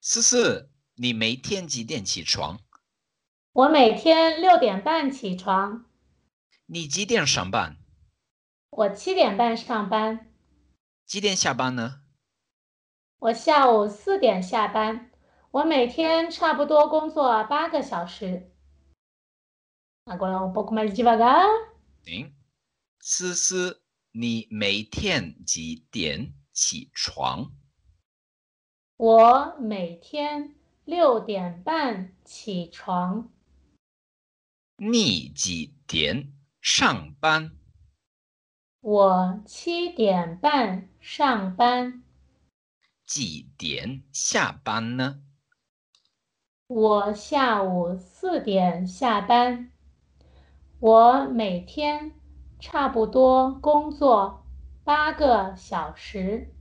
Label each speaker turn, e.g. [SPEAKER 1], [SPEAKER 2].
[SPEAKER 1] 思思，你每天几点起床？
[SPEAKER 2] 我每天六点半起床，
[SPEAKER 1] 你几点上班？
[SPEAKER 2] 我七点半上班，
[SPEAKER 1] 几点下班呢？
[SPEAKER 2] 我下午四点下班。我每天差不多工作八个小时。Agora um pouco mais devagar.
[SPEAKER 1] 停。思思，你每天几点起床？
[SPEAKER 2] 我每天六点半起床，
[SPEAKER 1] 你几点上班？
[SPEAKER 2] 我七点半上班，
[SPEAKER 1] 几点下班呢？
[SPEAKER 2] 我下午四点下班。我每天差不多工作八个小时。